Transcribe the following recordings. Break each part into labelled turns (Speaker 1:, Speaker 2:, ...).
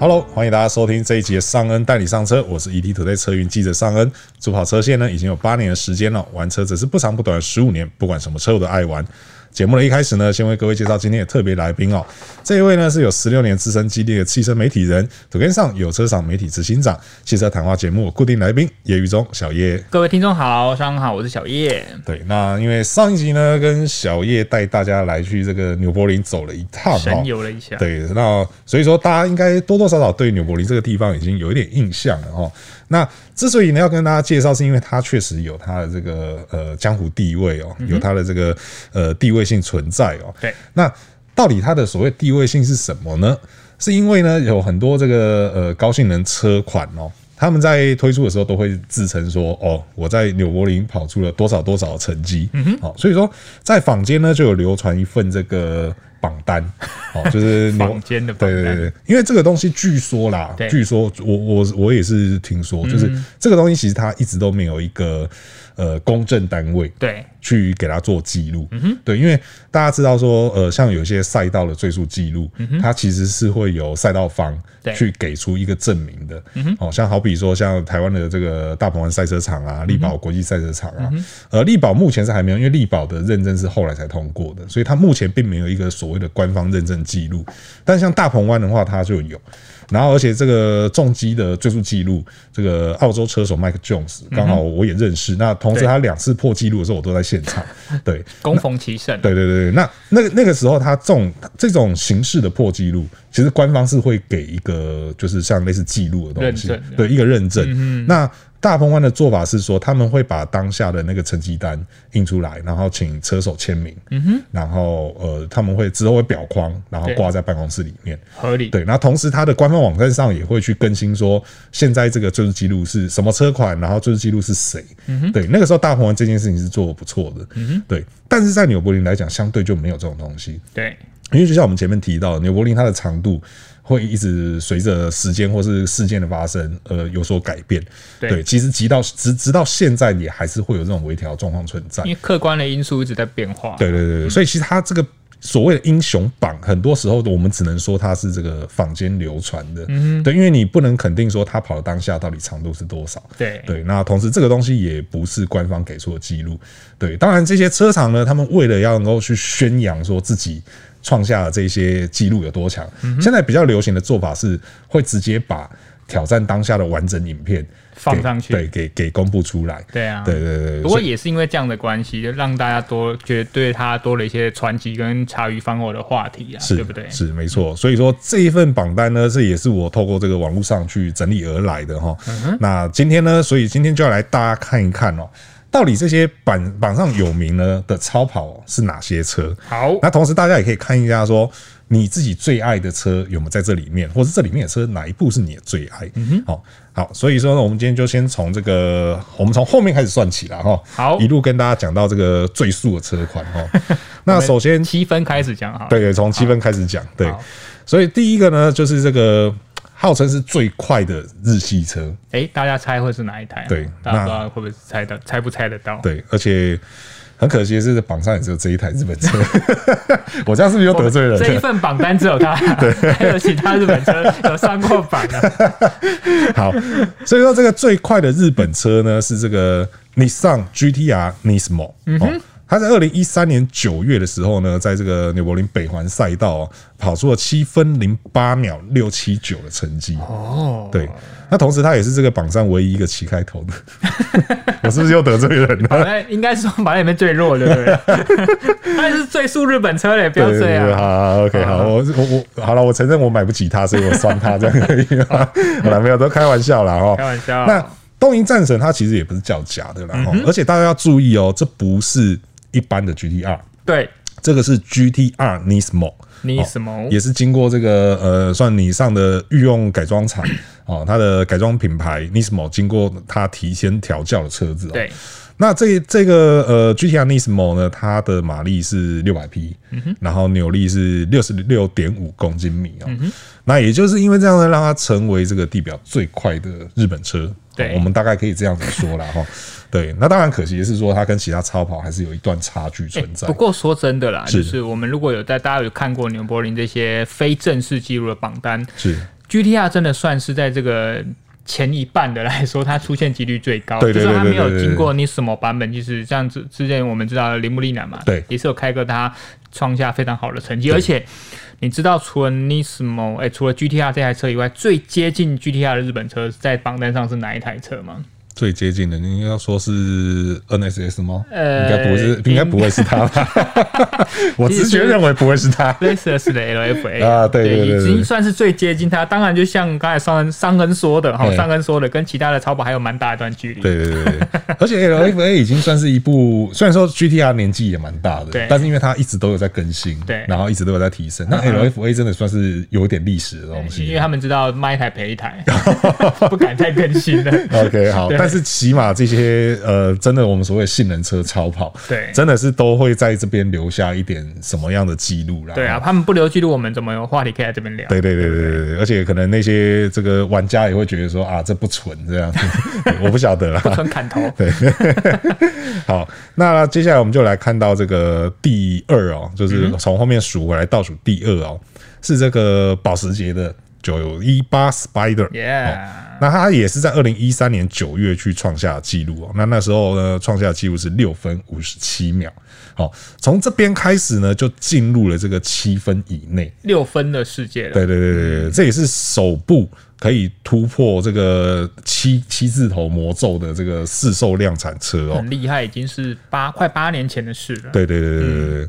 Speaker 1: Hello，欢迎大家收听这一集的尚恩带你上车，我是 ETtoday 车云记者尚恩。主跑车线呢已经有八年的时间了，玩车则是不长不短十五年，不管什么车我都爱玩。节目的一开始呢，先为各位介绍今天的特别来宾哦。这一位呢是有十六年资深经历的汽车媒体人，土根上有车厂媒体执行长，汽车谈话节目固定来宾叶玉忠小叶。
Speaker 2: 各位听众好，上午好，我是小叶。
Speaker 1: 对，那因为上一集呢，跟小叶带大家来去这个纽柏林走了一趟、哦，
Speaker 2: 神游了一下
Speaker 1: 对，那所以说大家应该多多少少对纽柏林这个地方已经有一点印象了哦。那之所以呢要跟大家介绍，是因为它确实有它的这个呃江湖地位哦，有它的这个呃地位性存在哦。
Speaker 2: 对，
Speaker 1: 那到底它的所谓地位性是什么呢？是因为呢有很多这个呃高性能车款哦，他们在推出的时候都会自称说哦我在纽柏林跑出了多少多少的成绩，嗯哼，好、所以说在坊间呢就有流传一份这个榜单，哦就是纽
Speaker 2: 坊间的榜
Speaker 1: 对对对
Speaker 2: 单
Speaker 1: 对，因为这个东西据说啦
Speaker 2: 对，嗯
Speaker 1: 据说我我我也是听说，就是这个东西其实它一直都没有一个呃公证单位，
Speaker 2: 对，
Speaker 1: 去给它做记录。嗯、对，因为大家知道说，呃，像有一些赛道的最速记录，
Speaker 2: 嗯
Speaker 1: 它其实是会由赛道方
Speaker 2: 对嗯
Speaker 1: 去给出一个证明的。哦，像好比说像台湾的这个大鹏湾赛车场
Speaker 2: 嗯
Speaker 1: 啊，力宝国际赛车场啊，呃，力宝目前是还没有，因为力宝的认证是后来才通过的，所以它目前并没有一个所谓的官方认证记录。但像大鹏湾的话，它就有。然后，而且这个重击的最速记录，这个澳洲车手 Mike Jones 刚好我也认识。那同时，
Speaker 2: 嗯对
Speaker 1: 他两次破纪录的时候，我都在现 场。对，
Speaker 2: 攻逢其胜。
Speaker 1: 对对对对，那那个那个时候，他这种这种形式的破纪录，其实官方是会给一个就是像类似记录的东西
Speaker 2: 认证，的嗯
Speaker 1: 对一个认证。那大鹏湾的做法是说，他们会把当下的那个成绩单印出来，然后请车手签名，然后呃，他们会之后会裱框，然后
Speaker 2: 嗯对
Speaker 1: 挂在办公室里面。
Speaker 2: 合理。
Speaker 1: 对，那同时它的官方网站上也会去更新说，现在这个追踪记录是什么车款，然后追踪记录是谁。对，那个时候大鹏湾这件事情是做的不错的。对，但是在纽柏林来讲，相对就没有这种东西，
Speaker 2: 对
Speaker 1: 因为就像我们前面提到的，纽柏林它的长度。会一直随着时间或是事件的发生，呃，有所改变。
Speaker 2: 对
Speaker 1: 其实直到直直到现在，也还是会有这种微调状况存在
Speaker 2: 因。为客观的因素一直在变化。
Speaker 1: 对对对对，所以其实他这个所谓的英雄榜，很多时候我们只能说它是这个坊间流传的，
Speaker 2: 嗯
Speaker 1: 对，因为你不能肯定说他跑的当下到底长度是多少。
Speaker 2: 对
Speaker 1: 对，那同时这个东西也不是官方给出的记录，对，当然这些车厂呢，他们为了要能够去宣扬说自己。创下了这些记录有多强？
Speaker 2: 嗯
Speaker 1: 现在比较流行的做法是会直接把挑战当下的完整影片给
Speaker 2: 放上去
Speaker 1: 对，给给公布出来。
Speaker 2: 对啊。
Speaker 1: 对对对对，
Speaker 2: 不过也是因为这样的关系，就让大家多觉得对他多了一些传奇跟茶余饭后的话题啊，
Speaker 1: 是，
Speaker 2: 对不对？
Speaker 1: 是没错。所以说这一份榜单呢，这也是我透过这个网络上去整理而来的哈。
Speaker 2: 嗯
Speaker 1: 那今天呢，所以今天就要来大家看一看哦，到底这些榜榜上有名呢的超跑哦是哪些车？
Speaker 2: 好，
Speaker 1: 那同时大家也可以看一下说。你自己最爱的车有没有在这里面，或是这里面的车哪一部是你的最爱？嗯好、好，所以说呢，我们今天就先从这个，我们从后面开始算起啦，哈，
Speaker 2: 好
Speaker 1: 一路跟大家讲到这个最速的车款 哈。那首先
Speaker 2: 七分开始讲好了。
Speaker 1: 对对，从七分开始讲，对
Speaker 2: 好。
Speaker 1: 所以第一个呢，就是这个号称是最快的日系车，
Speaker 2: 哎，大家猜会是哪一台啊？
Speaker 1: 对
Speaker 2: 大家
Speaker 1: 那
Speaker 2: 不知道会不会猜到，猜不猜得到？
Speaker 1: 对，而且很可惜的是，榜上也只有这一台日本车。 我这样是不是又
Speaker 2: 我
Speaker 1: 得
Speaker 2: 们
Speaker 1: 罪人
Speaker 2: 这一
Speaker 1: 了？
Speaker 2: 份榜单只 有他，还有其他日本车有上过榜的。
Speaker 1: 好， 所以说这个最快的日本车呢，是这个 Nissan GTR Nismo。哦它在二零一三年九月的时候呢，在这个纽柏林北环赛道、哦、跑出了七分零八秒六七九的成绩。
Speaker 2: 哦，
Speaker 1: 对，那同时它也是这个榜上唯一一个七开头的，我是不是又得罪人了？
Speaker 2: 那哎应该是说马里面最弱的，对不对？他是最速日本车嘞，不要
Speaker 1: 对对
Speaker 2: 啊这
Speaker 1: 对，好
Speaker 2: 样。嗯
Speaker 1: 好好，OK，好，我我我好了，我承认我买不起它，所以我酸它这样而已 啦。好了，没有，都开玩笑啦哦。
Speaker 2: 开玩笑嗯
Speaker 1: 那东瀛战神它其实也不是叫假的啦，哦而且大家要注意哦，这不是一般的 GTR，
Speaker 2: 对，
Speaker 1: 这个是 GTR Nismo。哦
Speaker 2: 你什么？
Speaker 1: 也是经过这个呃，算你上的御用改装厂哦，它的改装品牌 Nismo 经过它提前调教的车子、哦。
Speaker 2: 对，
Speaker 1: 那这这个呃 GTR Nismo 呢，它的马力是六百匹，然后扭力是六十六点五公斤米
Speaker 2: 嗯
Speaker 1: 哦。那也就是因为这样呢，让它成为这个地表最快的日本车。
Speaker 2: 对
Speaker 1: 哦我们大概可以这样子说 啦。哈。对，那当然可惜的是说，它跟其他超跑还是有一段差距存在。
Speaker 2: 哎不过说真的啦，
Speaker 1: 是
Speaker 2: 就是我们如果有在大家有看过纽柏林这些非正式记录的榜单
Speaker 1: 是
Speaker 2: GTR 真的算是在这个前一半的来说，它出现几率最高。
Speaker 1: 对对对
Speaker 2: 就算它没有
Speaker 1: 对对对对
Speaker 2: 经过你什么版本，就是像之之前我们知道的铃木丽娜嘛，
Speaker 1: 对
Speaker 2: 也是有开过它创下非常好的成绩，
Speaker 1: 对
Speaker 2: 而且。你知道，除了 Nismo，哎、除了 GTR 这台车以外，最接近 GTR 的日本车在榜单上是哪一台 车吗？
Speaker 1: 最接近的，你应该要说是 NSS 吗？
Speaker 2: 呃嗯
Speaker 1: 应该不是，应该不会是他吧？ 我直觉认为不会是他。
Speaker 2: 类似的是的 LFA
Speaker 1: 啊对对对对
Speaker 2: 已
Speaker 1: 对
Speaker 2: 经算是最接近它。当然，就像刚才上恩上恩说的，哈，
Speaker 1: 对
Speaker 2: 上恩说的，跟其他的超跑还有蛮大一段距离。
Speaker 1: 对对对对，而且 LFA 已经算是一部，虽然说 GTR 年纪也蛮大的
Speaker 2: 对，
Speaker 1: 但是因为它一直都有在更新，
Speaker 2: 对嗯
Speaker 1: 然后一直都有在提升。那 LFA 真的算是有点历史的东西，
Speaker 2: 因为他们知道卖一台赔一台， 不敢再更 新了。
Speaker 1: OK，好，
Speaker 2: 嗯对
Speaker 1: 但是起码这些呃，真的我们所谓的性能车超跑，
Speaker 2: 对啊
Speaker 1: 真的是都会在这边留下一点什么样的记录啦。
Speaker 2: 对啊，，他们不留记录，我们怎么有话题可以在这边聊？
Speaker 1: 对对对对对对，而且可能那些这个玩家也会觉得说啊，这不纯这样， 对我不晓得啦。
Speaker 2: 纯 砍头。
Speaker 1: 好，那接下来我们就来看到这个第二哦，就是从后面数回来倒数第二哦，是这个保时捷的九一八 Spider。
Speaker 2: Yeah，
Speaker 1: 那他也是在二零一三年九月去创下记录哦。那那时候呢，创下记录是六分五十七秒。好，从这边开始呢，就进入了这个七分以内。
Speaker 2: 六分的世界了。
Speaker 1: 对对对对对，这也是首部可以突破这个七七字头魔咒的这个市售量产车哦。
Speaker 2: 很厉害，已经是八快八年前的事了。
Speaker 1: 对对对对对对。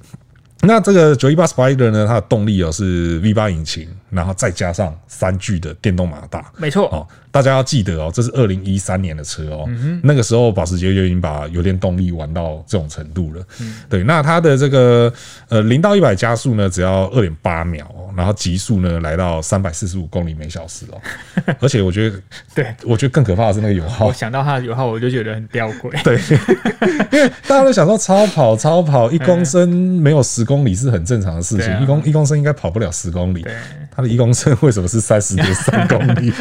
Speaker 1: 那这个九一八 Spider 呢，它的动力哦是 V 八引擎，然后再加上三具的电动马达。
Speaker 2: 没错，
Speaker 1: 哦，大家要记得哦，这是二零一三年的车哦，那个时候保时捷就已经把油电动力玩到这种程度了。对，那它的这个呃零到一百加速呢，只要二点八秒、哦，然后极速呢来到三百四十五公里每小时哦，而且我觉得，
Speaker 2: 对
Speaker 1: 我觉得更可怕的是那个油耗
Speaker 2: 我。想到它的油耗，我就觉得很吊诡。
Speaker 1: 哦 对，因为大家都想说超跑，超跑一公升没有十公里是很正常的事情，
Speaker 2: 对啊
Speaker 1: 一公一公升应该跑不了十公里
Speaker 2: 对，
Speaker 1: 它的一公升为什 么是三十点三公里？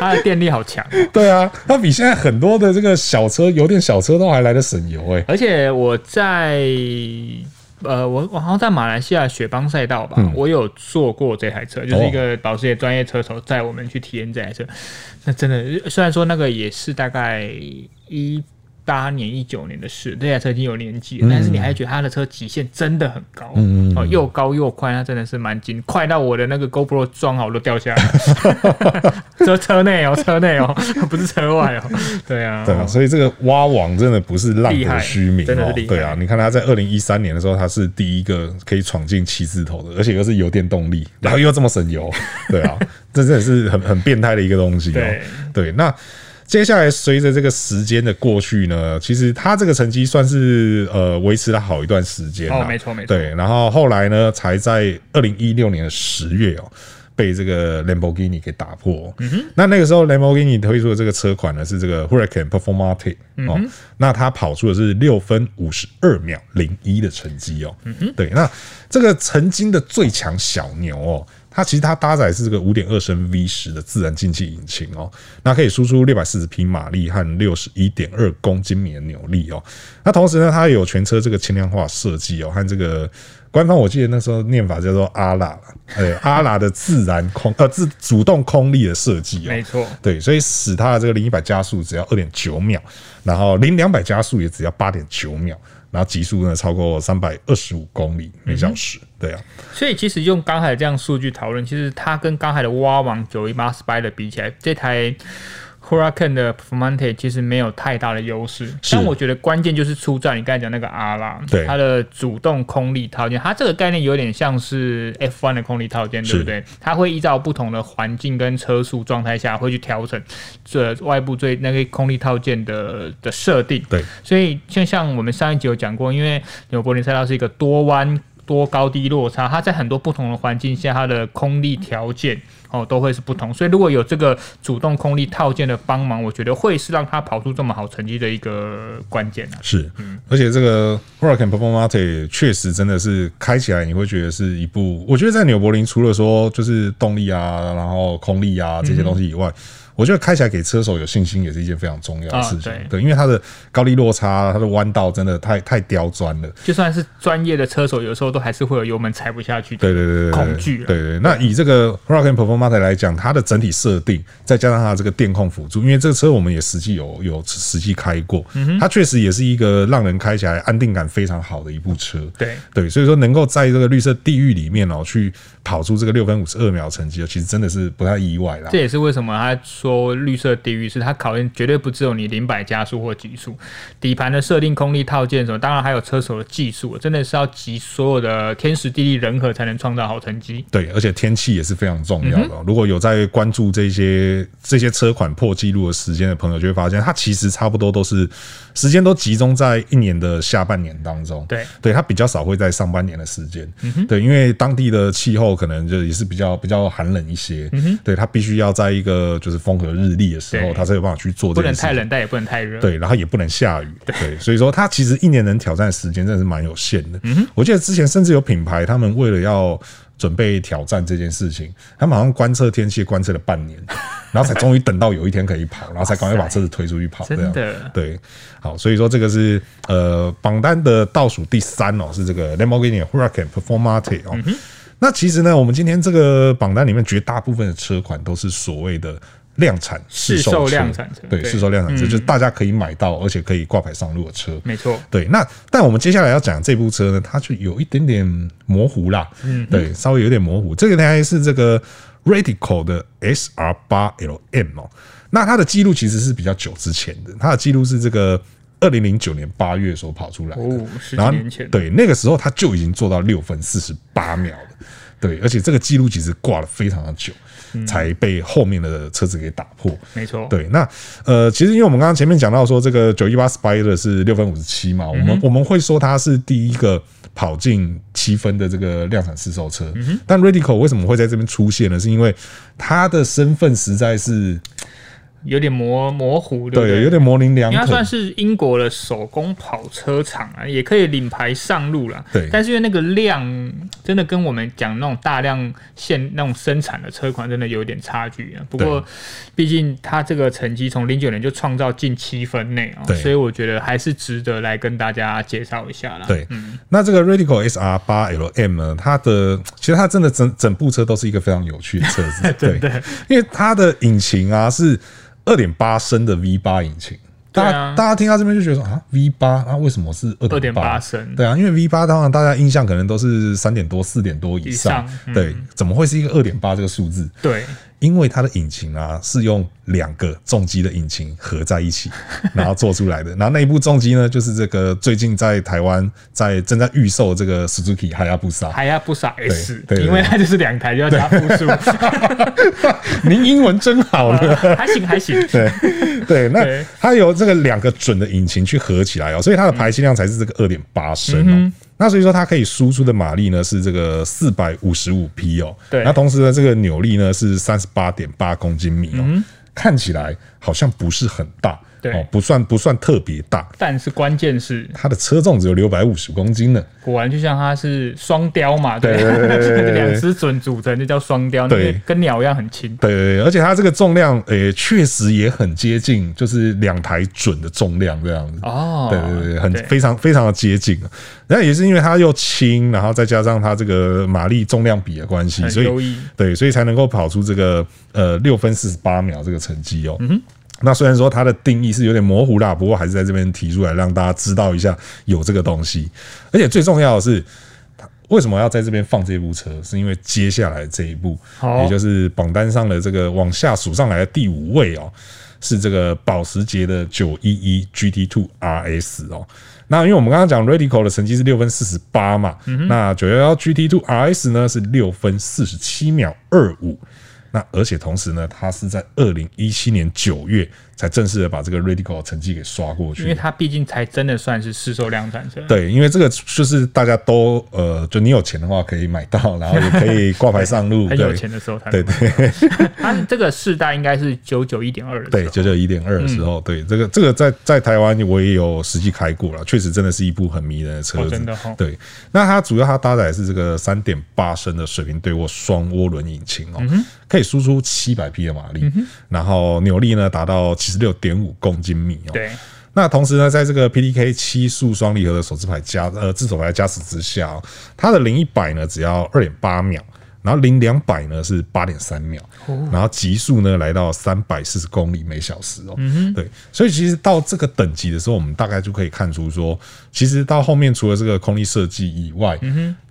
Speaker 2: 它的电力好强哦，
Speaker 1: 对啊，它比现在很多的这个小车、有点小车都还来得省油哎、
Speaker 2: 而且我在呃，我我好像在马来西亚雪邦赛道吧，
Speaker 1: 嗯
Speaker 2: 我有坐过这台车，
Speaker 1: 哦
Speaker 2: 就是一个保时捷专业车手载我们去体验这台车。那真的，虽然说那个也是大概一八年、一九年的事，这台车已经有年纪了，但是你还觉得它的车极限真的很高，
Speaker 1: 嗯嗯嗯嗯
Speaker 2: 哦，又高又快，它真的是蛮精，快到我的那个 GoPro 装好都掉 下来 了。车车内哦，车内哦， 不是车外哦，对啊，
Speaker 1: 对啊，所以这个蛙王真的不是浪得虚名
Speaker 2: 厉害真的
Speaker 1: 哦
Speaker 2: 是厉。害
Speaker 1: 对啊，你看它在二零一三年的时候，它是第一个可以闯进七字头的，而且又是油电动力，然后又这么省 油，对啊，这真的是很很变态的一个东西哦。
Speaker 2: 对
Speaker 1: 对，那接下来随着这个时间的过去呢，其实他这个成绩算是呃维持了好一段时间啦
Speaker 2: 哦没错没错
Speaker 1: 对，然后后来呢，才在二零一六年的十月哦。被这个 Lamborghini 给打破、嗯哼，那那个时候 Lamborghini 推出的这个车款呢是这个 Huracan Performante、哦，
Speaker 2: 嗯
Speaker 1: 那它跑出的是六分五十二秒零一的成绩哦，嗯哼，对，那这个曾经的最强小牛哦，它其实它搭载是这个五点二升 V 十的自然进气引擎哦，那可以输出六百四十匹马力和六十一点二公斤米的扭力哦。那同时呢，它也有全车这个轻量化设计哦，和这个官方我记得那时候念法叫做阿拉啦，呃， 阿拉的自然空呃自主动空力的设计哦，
Speaker 2: 没错。
Speaker 1: 对，所以使它的这个零一百加速只要二点九秒，然后零两百加速也只要八点九秒，然后极速呢超过三百二十五公里每小时，对啊。
Speaker 2: 所以其实用刚才这样数据讨论，其实它跟刚才的蛙王九一八 Spider 比起来，这台 Huracan 的 Performante 其实没有太大的优势。
Speaker 1: 是
Speaker 2: 但我觉得关键就是出战你刚才讲那个阿拉，
Speaker 1: 对
Speaker 2: 它的主动空力套件，它这个概念有点像是 F1 的空力套件，对
Speaker 1: 是
Speaker 2: 不对？它会依照不同的环境跟车速状态下，会去调整这外部最那个空力套件的的设定。
Speaker 1: 对，
Speaker 2: 所以就像我们上一集有讲过，因为纽柏林赛道是一个多弯、多高低落差，它在很多不同的环境下，它的空力条件哦都会是不同。所以如果有这个主动空力套件的帮忙，我觉得会是让它跑出这么好成绩的一个关键啊。
Speaker 1: 是，而且这个 Huracan Performante 确实真的是开起来，你会觉得是一
Speaker 2: 嗯
Speaker 1: 部，我觉得在纽柏林除了说就是动力啊，然后空力啊这些东西以外，我觉得开起来给车手有信心也是一件非常重要的事情。
Speaker 2: 啊对
Speaker 1: 对，因为它的高低落差、它的弯道真的太太刁钻了。
Speaker 2: 就算是专业的车手，有时候都还是会有油门踩不下去
Speaker 1: 对
Speaker 2: 的
Speaker 1: 对对对对，
Speaker 2: 恐惧啊
Speaker 1: 对对，对那以这个 Rock and Performance 来讲，它的整体设定，再加上它的这个电控辅助，因为这个车我们也实际有有实际开过，
Speaker 2: 嗯
Speaker 1: 它确实也是一个让人开起来安定感非常好的一部车。
Speaker 2: 对
Speaker 1: 对，所以说能够在这个绿色地狱里面哦，去跑出这个六分五十二秒成绩，其实真的是不太意外啦
Speaker 2: 这。也是为什么他说绿色地狱是他考验绝对不只有你零百加速或极速，底盘的设定、空力套件什么，当然还有车手的技术，真的是要集所有的天时地利人和才能创造好成绩。
Speaker 1: 对，而且天气也是非常重
Speaker 2: 嗯
Speaker 1: 要的哦、如果有在关注这些这些车款破纪录的时间的朋友，就会发现它其实差不多都是时间都集中在一年的下半年当中。
Speaker 2: 对嗯
Speaker 1: 对，它比较少会在上半年的时间。对，因为当地的气候可能就也是比较比较寒冷一些。对，它必须要在一个就是风和日丽的时候，
Speaker 2: 嗯对
Speaker 1: 它才有办法去做
Speaker 2: 不
Speaker 1: 这件
Speaker 2: 能
Speaker 1: 事
Speaker 2: 太
Speaker 1: 情。
Speaker 2: 冷，但也不能太热。
Speaker 1: 对，然后也不能下雨，对，所以说它其实一年能挑战的时间真的是蛮有限的。
Speaker 2: 嗯
Speaker 1: 我记得之前甚至有品牌，他们为了要准备挑战这件事情，他们好像观测天气观测了半年，然后才终于等到有一天可以跑，然后才赶快把车子推出去跑，这样
Speaker 2: 真的
Speaker 1: 对。好，所以说这个是呃榜单的倒数第三哦，是这个 Lamborghini Huracan Performante
Speaker 2: 嗯
Speaker 1: 哦。那其实呢，我们今天这个榜单里面绝大部分的车款都是所谓的量产
Speaker 2: 市售
Speaker 1: 售车
Speaker 2: 量产车
Speaker 1: 对
Speaker 2: 对
Speaker 1: 市售量产车就是大家可以买到，而且可以挂牌上路的车。
Speaker 2: 嗯没错。
Speaker 1: 对，那但我们接下来要讲这部车呢，它就有一点点模糊啦，嗯，对，稍微有点模糊。这个呢是这个 Radical 的 SR 八 LM 哦，那它的记录其实是比较久之前的，它的记录是这个二零零九年八月所跑出来的，
Speaker 2: 哦十几
Speaker 1: 然后
Speaker 2: 年前
Speaker 1: 对，那个时候它就已经做到六分四十八秒了。对，而且这个记录其实挂了非常的久，
Speaker 2: 嗯
Speaker 1: 才被后面的车子给打破。
Speaker 2: 没错，
Speaker 1: 对，那呃，其实因为我们刚刚前面讲到说，这个九一八 Spider 是六分五十七嘛，我们、
Speaker 2: 嗯
Speaker 1: 我们会说它是第一个跑进七分的这个量产试售
Speaker 2: 嗯
Speaker 1: 车。但 Radical 为什么会在这边出现呢？是因为它的身份实在是
Speaker 2: 有点模模糊，对不
Speaker 1: 对
Speaker 2: 对？
Speaker 1: 有点模棱两
Speaker 2: 因为它
Speaker 1: 可
Speaker 2: 算。是英国的手工跑车厂啊，也可以领牌上路啦。
Speaker 1: 对
Speaker 2: 但是因为那个量真的跟我们讲那种大量现那种生产的车款真的有点差距啊。不过，毕竟它这个成绩从零九年就创造近七分内啊、
Speaker 1: 对
Speaker 2: 所以我觉得还是值得来跟大家介绍一下啦。嗯
Speaker 1: 对，那这个 Radical SR 八 LM 呢，它的其实它真的整整部车都是一个非常有趣的车 子，对，因为它的引擎啊是二点八升的 V 八引擎。大家、
Speaker 2: 对啊
Speaker 1: 大家听到这边就觉得说啊，V 八，那、为什么是二
Speaker 2: 2.8升
Speaker 1: 对啊，因为 V 八当然大家印象可能都是三点多、四点多以上，
Speaker 2: 以上嗯
Speaker 1: 对，怎么会是一个二点八这个数字？
Speaker 2: 对，
Speaker 1: 因为它的引擎啊是用两个重机的引擎合在一起， 然后做出来的。然后那一部重机呢，就是这个最近在台湾在正在预售这个 Suzuki 哈亚布 萨。
Speaker 2: 还要不傻 S，
Speaker 1: 对对对
Speaker 2: 因为它就是两台就要加复 数，
Speaker 1: 您英文真 好呢。
Speaker 2: 还行还行。
Speaker 1: 对 对，那
Speaker 2: 对
Speaker 1: 它有这个两个准的引擎去合起来哦，所以它的排气量才是这个二点八升
Speaker 2: 嗯
Speaker 1: 哦。那所以说它可以输出的马力呢是这个四百五十五匹哦，
Speaker 2: 对
Speaker 1: 那同时呢这个扭力呢是三十八点八公斤米哦，看起来好像不是很大，
Speaker 2: 嗯对
Speaker 1: 哦，不算不算特别大，
Speaker 2: 但是关键是，
Speaker 1: 它的车重只有六百五十公斤呢。
Speaker 2: 果然就像它是双雕嘛，对
Speaker 1: 对对对对对
Speaker 2: 两只准组成就叫双雕，那
Speaker 1: 对
Speaker 2: 个跟鸟一样很轻。
Speaker 1: 对对对，而且它这个重量，诶、确实也很接近，就是两台准的重量这样子。
Speaker 2: 哦
Speaker 1: 对对对，很
Speaker 2: 对
Speaker 1: 非常非常的接近。然后也是因为它又轻，然后再加上它这个马力重量比的关系，
Speaker 2: 很
Speaker 1: 所以
Speaker 2: 优异
Speaker 1: 对，所以才能够跑出这个呃六分四十八秒这个成绩哦。
Speaker 2: 嗯
Speaker 1: 那虽然说它的定义是有点模糊啦，不过还是在这边提出来让大家知道一下有这个东西。而且最重要的是，为什么要在这边放这部车？是因为接下来这一步，
Speaker 2: 好
Speaker 1: 也就是榜单上的这个往下数上来的第五位哦，是这个保时捷的九一一 GT Two RS 哦。那因为我们刚刚讲 Radical 的成绩是六分四十八嘛，那九幺幺 GT Two RS 呢是六分四十七秒二五。那而且同时呢，它是在二零一七年九月才正式的把这个 Radical 成绩给刷过去。
Speaker 2: 因为它毕竟才真的算是市售量产车。
Speaker 1: 对，因为这个就是大家都呃，就你有钱的话可以买到，然后也可以挂牌上路。
Speaker 2: 很有
Speaker 1: 对
Speaker 2: 钱的时候才
Speaker 1: 对
Speaker 2: 买。
Speaker 1: 对
Speaker 2: 它这个世代应该是九九一点二的时
Speaker 1: 对，
Speaker 2: 候。
Speaker 1: 九九一点二的时
Speaker 2: 嗯
Speaker 1: 候，对这个这个在在台湾我也有实际开过了，确实真的是一部很迷人的车
Speaker 2: 哦
Speaker 1: 子。
Speaker 2: 真的哦
Speaker 1: 对，那它主要它搭载的是这个三点八升的水平对卧双涡轮引擎
Speaker 2: 嗯
Speaker 1: 哦，可以输出七百匹的马力，然后扭力呢达到七十六点五公斤米哦。
Speaker 2: 对，
Speaker 1: 那同时呢，在这个 PDK 七速双离合的手自排加呃自手排加持之下、哦，它的零一百呢只要二点八秒，然后零两百呢是八点三秒，然后极速呢来到三百四十公里每小时哦。对，所以其实到这个等级的时候，我们大概就可以看出说，其实到后面除了这个空力设计以外，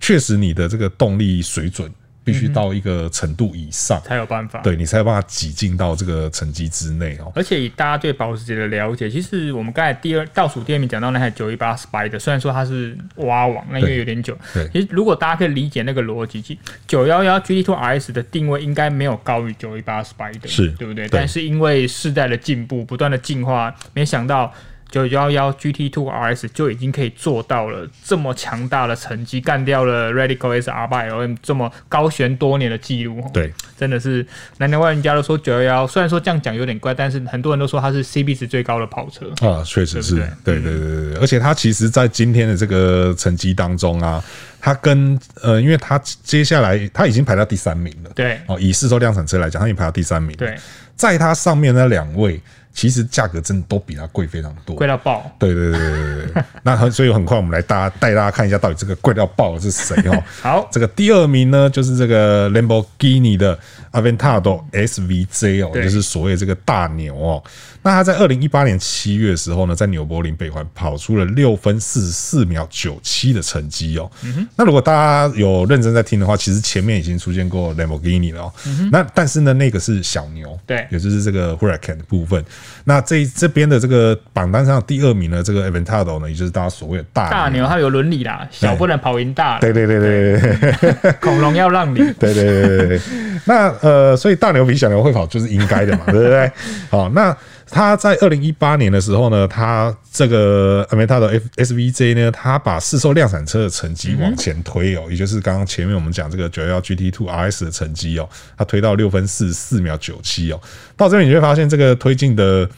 Speaker 1: 确实你的这个动力水准必须到一个程度以上，
Speaker 2: 才有办法。
Speaker 1: 对你才有办法挤进到这个成绩之内哦。
Speaker 2: 而且以大家对保时捷的了解，其实我们刚才第二倒数第二名讲到那台九一八 Spider，虽然说它是挖网，那因为有点久
Speaker 1: 对。
Speaker 2: 其实如果大家可以理解那个逻辑，其九幺幺 GT Two RS 的定位应该没有高于九一八 Spider，
Speaker 1: 是
Speaker 2: 对不
Speaker 1: 对
Speaker 2: 对？但是因为世代的进步，不断的进化，没想到。九幺幺 GT Two RS 就已经可以做到了这么强大的成绩，干掉了 Radical S R 八 LM 这么高悬多年的记录。
Speaker 1: 对，
Speaker 2: 真的是难怪人家都说九幺幺，虽然说这样讲有点怪，但是很多人都说它是 CP 值最高的跑车。
Speaker 1: 啊，确实是，对
Speaker 2: 对
Speaker 1: 对
Speaker 2: 嗯
Speaker 1: 对对对，而且它其实，在今天的这个成绩当中啊，它跟呃，因为它接下来它已经排到第三名了，
Speaker 2: 对
Speaker 1: 哦，以市售量产车来讲，它已经排到第三名，
Speaker 2: 对，
Speaker 1: 在它上面那两位，其实价格真的都比它贵非常多，
Speaker 2: 贵到爆！
Speaker 1: 对对对对对对，那很所以很快我们来大家带大家看一下到底这个贵到爆的是谁哦。
Speaker 2: 好
Speaker 1: 这个第二名呢就是这个 Lamborghini 的 Aventador SVJ 哦，
Speaker 2: 对
Speaker 1: 就是所谓这个大牛哦。那他在二零一八年七月的时候呢，在纽柏林北环跑出了六分四十四秒九七的成绩哦。
Speaker 2: 嗯
Speaker 1: 那如果大家有认真在听的话，其实前面已经出现过 Lamborghini 了哦。
Speaker 2: 嗯
Speaker 1: 那但是呢，那个是小牛，
Speaker 2: 对
Speaker 1: 也就是这个 Huracan 的部分。那这这边的这个榜单上的第二名呢，这个 Aventador 呢，也就是大家所谓的大
Speaker 2: 大牛它有伦理啦，小不能跑赢大，
Speaker 1: 对对对对对对
Speaker 2: 恐龙要 让你。
Speaker 1: 对对对对对对。那呃，所以大牛比小牛会跑就是应该的嘛，对不对？好，那他在二零一八年的时候呢，他这个 a m e t a 的 S V J 呢，他把市售量产车的成绩往前推哦，也就是刚刚前面我们讲这个九幺 G T Two R S 的成绩哦，他推到六分四十四秒九七哦，到这边你会发现这个推进的。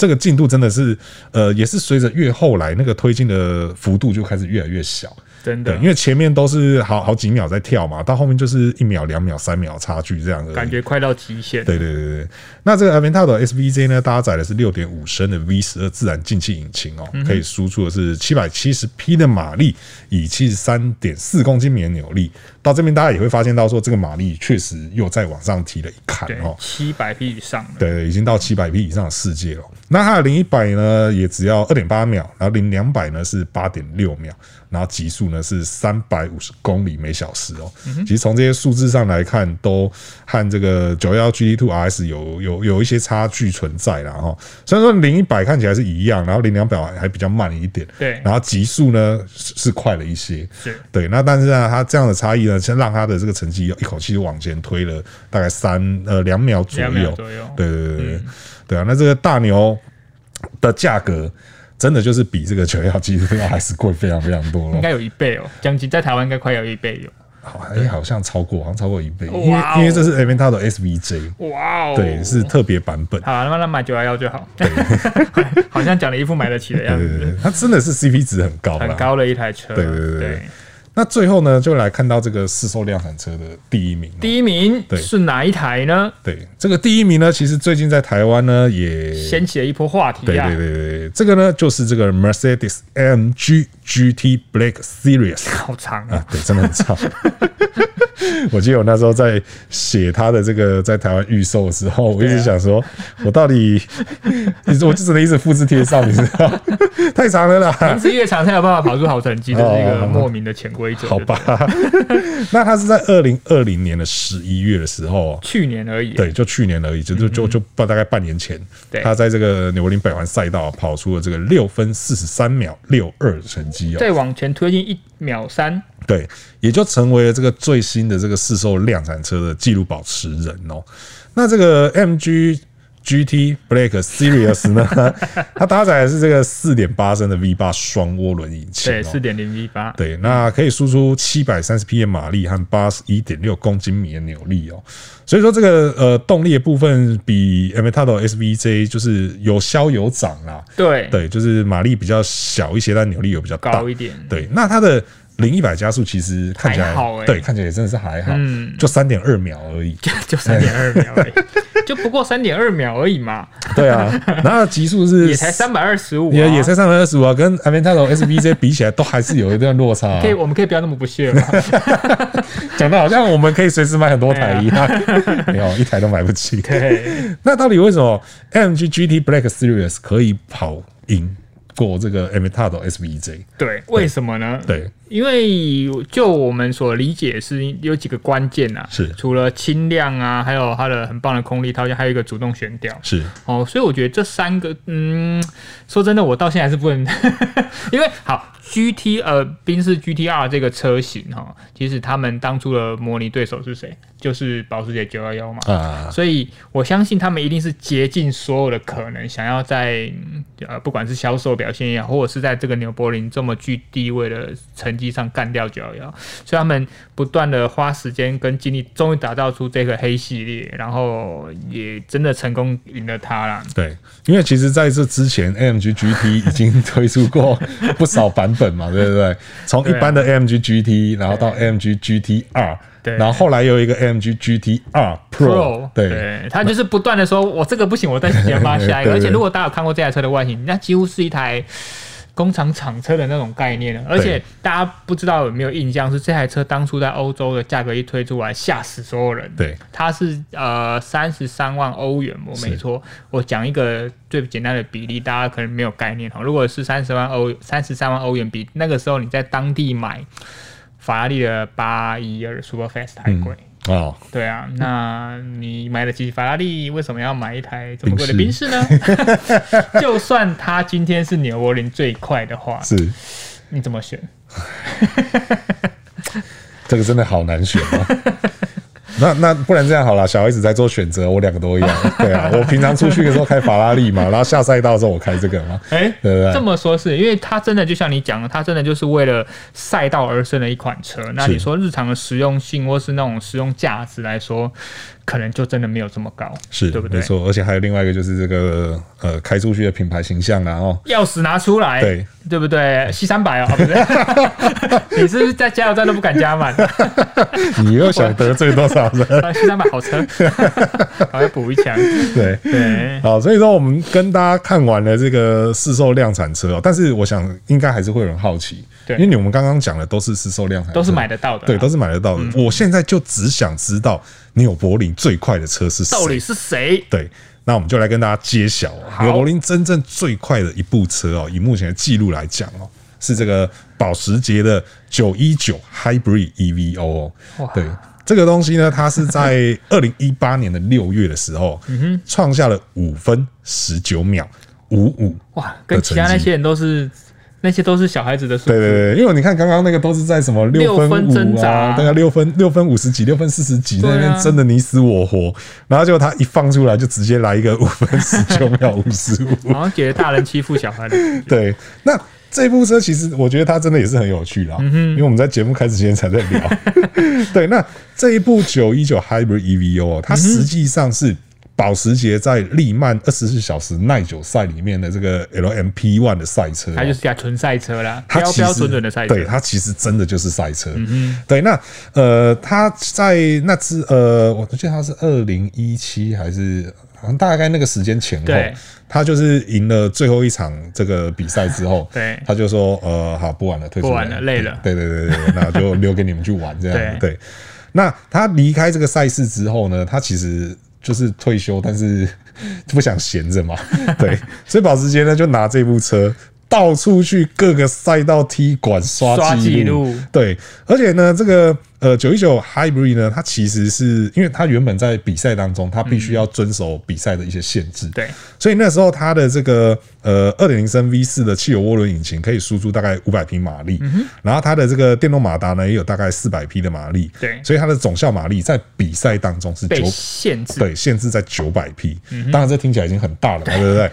Speaker 1: 这个进度真的是，呃，也是随着越后来那个推进的幅度就开始越来越小，
Speaker 2: 真
Speaker 1: 对，
Speaker 2: 的
Speaker 1: 因为前面都是好好几秒在跳嘛，到后面就是一秒、两秒、三秒差距这样的
Speaker 2: 感。觉快到极限。
Speaker 1: 对对对对，对那这个 Aventador SVJ 呢，搭载的是六点五升的 V 十二自然进气引擎哦，
Speaker 2: 嗯
Speaker 1: 可以输出的是七百七十匹的马力，以七十三点四公斤米的扭力。到这边大家也会发现到说，这个马力确实又再往上提了一坎
Speaker 2: 对
Speaker 1: 哦，。
Speaker 2: 七百匹以上的，
Speaker 1: 对，已经到七百匹以上的世界了。那它的零一百呢，也只要二点八秒，然后零两百呢是八点六秒，然后极速呢是三百五十公里每小时哦。
Speaker 2: 嗯
Speaker 1: 其实从这些数字上来看，都和这个九幺 GT Two RS 有有有一些差距存在啦哈。虽然说零一百看起来是一样，然后零两百还比较慢一点，
Speaker 2: 对
Speaker 1: 然后极速呢是是快了一些，
Speaker 2: 是
Speaker 1: 对。那但是呢，它这样的差异呢，先让它的这个成绩一口气就往前推了大概三呃两秒左
Speaker 2: 两秒
Speaker 1: 右，
Speaker 2: 左右。
Speaker 1: 对对对对
Speaker 2: 嗯
Speaker 1: 对对啊！那这个大牛的价格真的就是比这个九幺 G 这个 S 贵非常非常多
Speaker 2: 应
Speaker 1: 了，
Speaker 2: 该有一倍哦，将近在台湾应该快有一倍
Speaker 1: 好，哎，好像超过，好像超过一倍，因为
Speaker 2: 哇哦
Speaker 1: 因为这是 a v e n t a d o SVJ，
Speaker 2: 有。哇哦！
Speaker 1: 对，是特别版本。
Speaker 2: 好，那么那买九幺幺就好。 好像讲了一副买得起的样
Speaker 1: 对对
Speaker 2: 子，
Speaker 1: 对，它真的是 CP 值很高
Speaker 2: 嗯很
Speaker 1: 啦。
Speaker 2: 高的一台车。
Speaker 1: 对对对对
Speaker 2: 对。
Speaker 1: 那最后呢，就来看到这个市售量产车的第一名哦。
Speaker 2: 第一名
Speaker 1: 对
Speaker 2: 是哪一台呢？
Speaker 1: 对，这个第一名呢，其实最近在台湾呢也
Speaker 2: 掀起了一波话题
Speaker 1: 对
Speaker 2: 啊！
Speaker 1: 对对对对，这个呢就是这个 Mercedes AMG GT Black Series。
Speaker 2: 好长啊
Speaker 1: 啊，对，真的很差。 我记得我那时候在写他的这个在台湾预售的时候，我一直想说，我到底，你我就只能一直复制贴上，你知道， 太长了啦
Speaker 2: 名。字越长才有办法跑出好成 绩，这是一个莫名的潜规则。
Speaker 1: 哦好
Speaker 2: 对不对，
Speaker 1: 吧，那他是在二零二零年的十一月的时候，
Speaker 2: 去年而已。
Speaker 1: 对，就去年而已，就就就就半大概半年前
Speaker 2: 对，
Speaker 1: 他在这个纽柏林北环赛道跑出了这个六分四十三秒六二的成绩哦，
Speaker 2: 再往前推进一秒三，
Speaker 1: 对，也就成为了这个最新的这个市售量产车的纪录保持人哦。那这个 MG GT Black Series 呢， 它搭载的是这个四点八升的 V 八双涡轮引擎、
Speaker 2: 对，
Speaker 1: 哦
Speaker 2: 四点零 V 八，
Speaker 1: 对，那可以输出七百三十匹的马力和八十一点六公斤米的扭力哦。所以说这个呃动力的部分比 m e t a d o SVJ 就是有消有涨啦，
Speaker 2: 对，
Speaker 1: 对，就是马力比较小一些，但扭力有比较大
Speaker 2: 高。一点，
Speaker 1: 对，那它的零一百加速其实看起来
Speaker 2: 还好欸
Speaker 1: 对，看起来也真的是还好，
Speaker 2: 嗯
Speaker 1: 就三点二秒而已。
Speaker 2: 就三点二秒而已， 就不过三点二秒而已 嘛，
Speaker 1: 对 啊，然后极速是
Speaker 2: 也才三啊百二十五，
Speaker 1: 也也才三百二十五啊，跟 a v e n t a d o SVJ 比起来，都还是有一段落差、啊
Speaker 2: 可。以，我们可以不要那么不 屑嘛，
Speaker 1: 讲的好像我们可以随时买很多台一样， 没有一台都买不起。
Speaker 2: 啊 对，
Speaker 1: 那到底为什么 MG GT Black Series 可以跑赢过这个 a v e n t a d o SVJ？
Speaker 2: 对，为什么呢？
Speaker 1: 对，
Speaker 2: 因为就我们所理解是有几个关键啊，
Speaker 1: 是
Speaker 2: 除了轻量啊，还有它的很棒的空力套件，还有一个主动悬吊。
Speaker 1: 是
Speaker 2: 哦，所以我觉得这三个，嗯，说真的，我到现在还是不能， 因为好 GT 呃，宾士 GTR 这个车型哈、哦，其实他们当初的模拟对手是谁？就是保时捷911嘛。
Speaker 1: 啊，
Speaker 2: 所以我相信他们一定是竭尽所有的可能，想要在嗯呃不管是销售表现也好，或者是在这个纽柏林这么具地位的成绩上干掉九幺幺，所以他们不断的花时间跟精力，终于打造出这个黑系列，然后也真的成功赢了它啦。
Speaker 1: 对，因为其实在这之前，AMG GT 已经推出过不少版本嘛，对不对？从一
Speaker 2: 对啊
Speaker 1: 般的 AMG GT，然后到 AMG GTR，
Speaker 2: 对
Speaker 1: 然后后来有一个 AMG GTR Pro，对。
Speaker 2: 他就是不断的说，我这个不行，我再研发下一个。
Speaker 1: 对对
Speaker 2: 而且如果大家有看过这台车的外形，那几乎是一台工厂厂车的那种概念了。而且大家不知道有没有印象，是这台车当初在欧洲的价格一推出来，吓死所有人。
Speaker 1: 对，
Speaker 2: 它是呃三十三万欧元，我没错。我讲一个最简单的比例，大家可能没有概念哈。如果是三十万欧三十三万欧元比，那个时候你在当地买法拉利的八一二 Superfast 还贵。
Speaker 1: 哦，
Speaker 2: 对啊，那你买得起法拉利，为什么要买一台这么贵的
Speaker 1: 宾
Speaker 2: 宾士呢？ 就算它今天是纽柏林最快的话，
Speaker 1: 是
Speaker 2: 你怎么选？
Speaker 1: 这个真的好难选哦。 那那不然这样好了，小孩子在做选择，我两个都一样。 对啊，我平常出去的时候开法拉利嘛，然后下赛道的时候我开这个 嘛。
Speaker 2: 哎、
Speaker 1: 对不对
Speaker 2: 这么说是因为它真的就像你讲的，它真的就是为了赛道而生的一款车。那
Speaker 1: 是
Speaker 2: 你说日常的实用性或是那种实用价值来说，可能就真的没有这么高，
Speaker 1: 是，
Speaker 2: 对不对
Speaker 1: 没？错，而且还有另外一个就是这个呃，开出去的品牌形象啊，哦，
Speaker 2: 钥匙拿出来，
Speaker 1: 对
Speaker 2: 对不对？C 三百哦，啊不 是，你是不是在加油站都不敢加满？
Speaker 1: 你又想得罪多少 人？
Speaker 2: C 三百 好车，好要补一枪。
Speaker 1: 对，
Speaker 2: 对，
Speaker 1: 好，所以说我们跟大家看完了这个市售量产车、哦，但是我想应该还是会有人好奇，
Speaker 2: 对
Speaker 1: 因为你我们刚刚讲的都是市售量产车，
Speaker 2: 都是买得到的啦。啊嗯
Speaker 1: 对，都是买得到的。我现在就只想知道纽柏林最快的车是
Speaker 2: 到底
Speaker 1: 谁。
Speaker 2: 是谁？
Speaker 1: 对，那我们就来跟大家揭晓、哦、
Speaker 2: 好
Speaker 1: 纽柏林真正最快的一部车哦，以目前的记录来讲哦，是这个保时捷的九一九 Hybrid EVO 哦
Speaker 2: 哇，
Speaker 1: 对。这个东西呢，它是在 二零一八年的六月的时候，
Speaker 2: 嗯
Speaker 1: 创下了五分十九秒五五。
Speaker 2: 哇，跟其他那些人都是，那些都是小孩子的数
Speaker 1: 对对对，因为你看刚刚那个都是在什么六
Speaker 2: 六分挣
Speaker 1: 五啊，
Speaker 2: 扎
Speaker 1: 大概六分六分五十几、六分四十几在
Speaker 2: 对啊
Speaker 1: 那边争的你死我活，然后结果他一放出来就直接来一个五分十九秒五十五，
Speaker 2: 好像觉得大人欺负小孩的。
Speaker 1: 对，啊那这部车其实我觉得它真的也是很有趣啦，
Speaker 2: 嗯
Speaker 1: 因为我们在节目开始之前才在聊。 对，那这一部九一九 Hybrid EVO，哦它
Speaker 2: 嗯
Speaker 1: 实际上是保时捷在利曼二十四小时耐久赛里面的这个 LMP One 的赛车哦、
Speaker 2: 他就是架纯赛车啦，
Speaker 1: 它
Speaker 2: 标
Speaker 1: 其
Speaker 2: 标
Speaker 1: 实
Speaker 2: 准准的赛车嗯
Speaker 1: 对，。它其实真的就是赛车。对，那呃，它在那支呃，我记得它是二零一七还是好像大概那个时间前后
Speaker 2: 对，
Speaker 1: 它就是赢了最后一场这个比赛之后，
Speaker 2: 对
Speaker 1: 他就说呃，好，不玩了，退出
Speaker 2: 不
Speaker 1: 来
Speaker 2: 玩了累了
Speaker 1: 对对对对，对那 就留给你们去玩这样。
Speaker 2: 对
Speaker 1: 对，那他离开这个赛事之后呢，他其实。就是 退休，但是不想闲着嘛，对，所以保时捷呢就拿这部车到处去各个赛道踢馆刷
Speaker 2: 刷
Speaker 1: 记
Speaker 2: 记
Speaker 1: 录
Speaker 2: 录，
Speaker 1: 对，而且呢，这个呃九一九 Hybrid 呢，它其实是因为它原本在比赛当中，它
Speaker 2: 嗯
Speaker 1: 必须要遵守比赛的一些限制，
Speaker 2: 对，
Speaker 1: 所以那时候它的这个呃二点零升 V 四的汽油涡轮引擎可以输出大概五百匹马
Speaker 2: 嗯
Speaker 1: 力，然后它的这个电动马达呢也有大概四百匹的马力，
Speaker 2: 对
Speaker 1: 所以它的总效马力在比赛当中是
Speaker 2: 被
Speaker 1: 九
Speaker 2: 限制，
Speaker 1: 对，限制在九百 P。当
Speaker 2: 嗯
Speaker 1: 然，这听起来已经很大了嘛，对不对？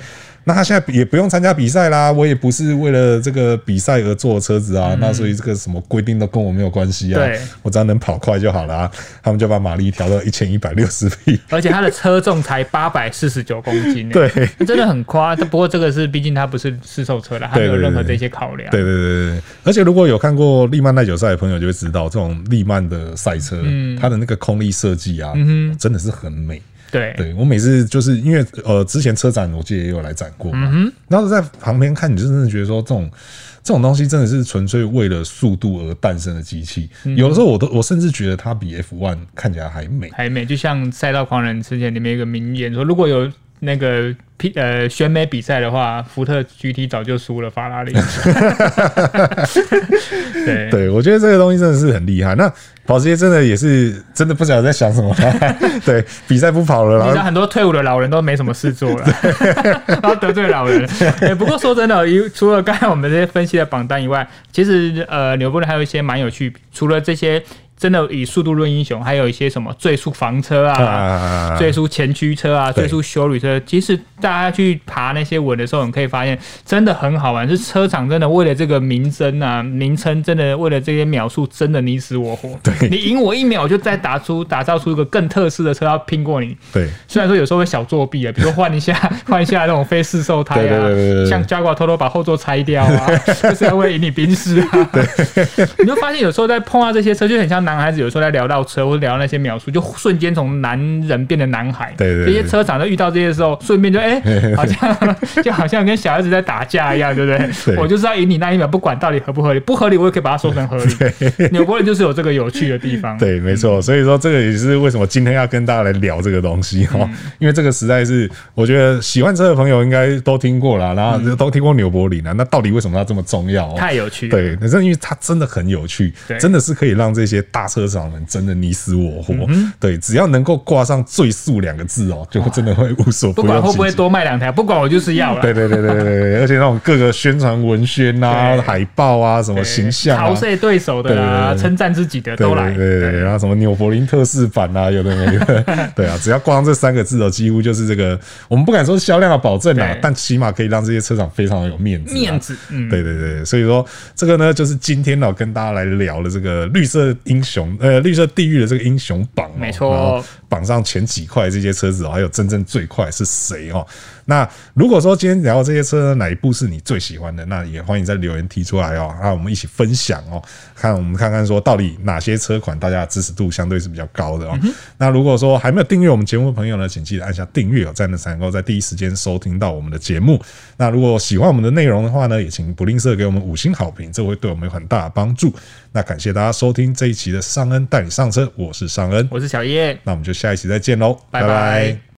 Speaker 1: 那他现在也不用参加比赛啦，我也不是为了这个比赛而做的车子啊，那所以这个什么规定都跟我没有关系啊
Speaker 2: 嗯对，
Speaker 1: 我只要能跑快就好啦。他们就把马力调到一千一百六十匹，
Speaker 2: 而且它的车重才八百四十九公斤，
Speaker 1: 对，
Speaker 2: 真的很夸。但不过这个是，毕竟它不是试售车了，它没有任何这些考量。
Speaker 1: 对对对对，而且如果有看过利曼耐久赛的朋友就会知道，这种利曼的赛车，它的那个空力设计啊，真的是很美。
Speaker 2: 对
Speaker 1: 对我每次就是因为呃，之前车展我记得也有来展过嘛，然后在旁边看，你就真的觉得说这种这种东西真的是纯粹为了速度而诞生的机器。有的时候我都我甚至觉得它比 F One 看起来还美。
Speaker 2: 还没，就像《赛道狂人》之前里面有一个名言说，如果有那个 P 呃选美比赛的话，福特 GT 早就输了法拉利。 对，
Speaker 1: 对，我觉得这个东西真的是很厉害。那保时捷真的也是真的不晓得在想什么 啦，对，比赛不跑了，
Speaker 2: 你
Speaker 1: 然
Speaker 2: 知
Speaker 1: 后
Speaker 2: 道很多退伍的老人都没什么事做了， 然后得罪老人。哎、不过说真的，因为除了刚才我们这些分析的榜单以外，其实呃，纽布伦还有一些蛮有趣，除了这些真的以速度论英雄，还有一些什么最速房车啊。
Speaker 1: 啊，
Speaker 2: 最速前驱车啊，
Speaker 1: 对
Speaker 2: 最速修理车，其实大家去爬那些文的时候，你可以发现真的很好玩。是车厂真的为了这个名声啊、名称，真的为了这些秒数，真的你死我活。
Speaker 1: 对
Speaker 2: 你赢我一秒，我就再打出打造出一个更特殊的车，要拼过你。
Speaker 1: 对。
Speaker 2: 虽然说有时候会小作弊啊，比如说 换一下换一下那种非试售胎
Speaker 1: 对对对对对
Speaker 2: 啊，像 Jaguar 偷偷把后座拆掉 啊，就是要为赢你宾士啊。 你就发现有时候在碰到这些车，就很像男孩子有时候在聊到车或者聊那些描述，就瞬间从男人变成男孩。
Speaker 1: 对对对
Speaker 2: 这些车厂在遇到这些时候，顺便就 哎、好像就好像跟小孩子在打架一样，对不对？
Speaker 1: 对
Speaker 2: 我就是要赢你那一秒，不管到底合不合理，不合理我也可以把它说成 合 理。纽伯人就是有这个有趣的地 方。
Speaker 1: 对，没错，所以说这个也是为什么今天要跟大家来聊这个东西哈、
Speaker 2: 嗯
Speaker 1: 因为这个实在是我觉得喜欢车的朋友应该都听过啦，然后都听过纽柏林啊啦，那到底为什么它这么重要、哦？
Speaker 2: 嗯太有趣了。
Speaker 1: 对，那是因为它真的很有趣
Speaker 2: 对，嗯
Speaker 1: 真的是可以让这些大车厂们真的你死我活。对，只要能够挂上“最速”两个字哦，就真的会无所
Speaker 2: 不
Speaker 1: 用
Speaker 2: 管会
Speaker 1: 其
Speaker 2: 不会
Speaker 1: 极
Speaker 2: 多卖两台，不管我就是要了。
Speaker 1: 对对对对对对对，而且那种各个宣传文宣啊、
Speaker 2: 对
Speaker 1: 海报啊、什么形象啊
Speaker 2: 嘲，笑对手的啦，
Speaker 1: 对对对对
Speaker 2: 称赞自己的
Speaker 1: 对
Speaker 2: 都来。
Speaker 1: 对对对对，然后什么纽柏林特仕版啊，有的没 的，对啊，只要挂上这三个字哦，几乎就是这个，我们不敢说销量的保证啊
Speaker 2: 对，
Speaker 1: 但起码可以让这些车厂非常的有面子、啊
Speaker 2: 面。子，嗯，
Speaker 1: 对对对，所以说这个呢，就是今天呢、跟大家来聊的这个绿色英雄，呃，绿色地狱的这个英雄榜、哦，
Speaker 2: 没错
Speaker 1: 然后榜上前几块这些车子哦，还有真正最快是谁哦？那如果说今天聊这些车呢，哪一部是你最喜欢的，那也欢迎在留言提出来哦，那我们一起分享哦，看我们看看说到底哪些车款大家的支持度相对是比较高的哦。那如果说还没有订阅我们节目的朋友呢，请记得按下订阅哦，这样呢才能够在第一时间收听到我们的节目。那如果喜欢我们的内容的话呢，也请不吝啬给我们五星好评，这会对我们有很大的帮助。那感谢大家收听这一期的尚恩带你上车，我是尚恩，
Speaker 2: 我是小叶，
Speaker 1: 那我们就下一期再见喽，
Speaker 2: 拜
Speaker 1: 拜
Speaker 2: 拜
Speaker 1: 拜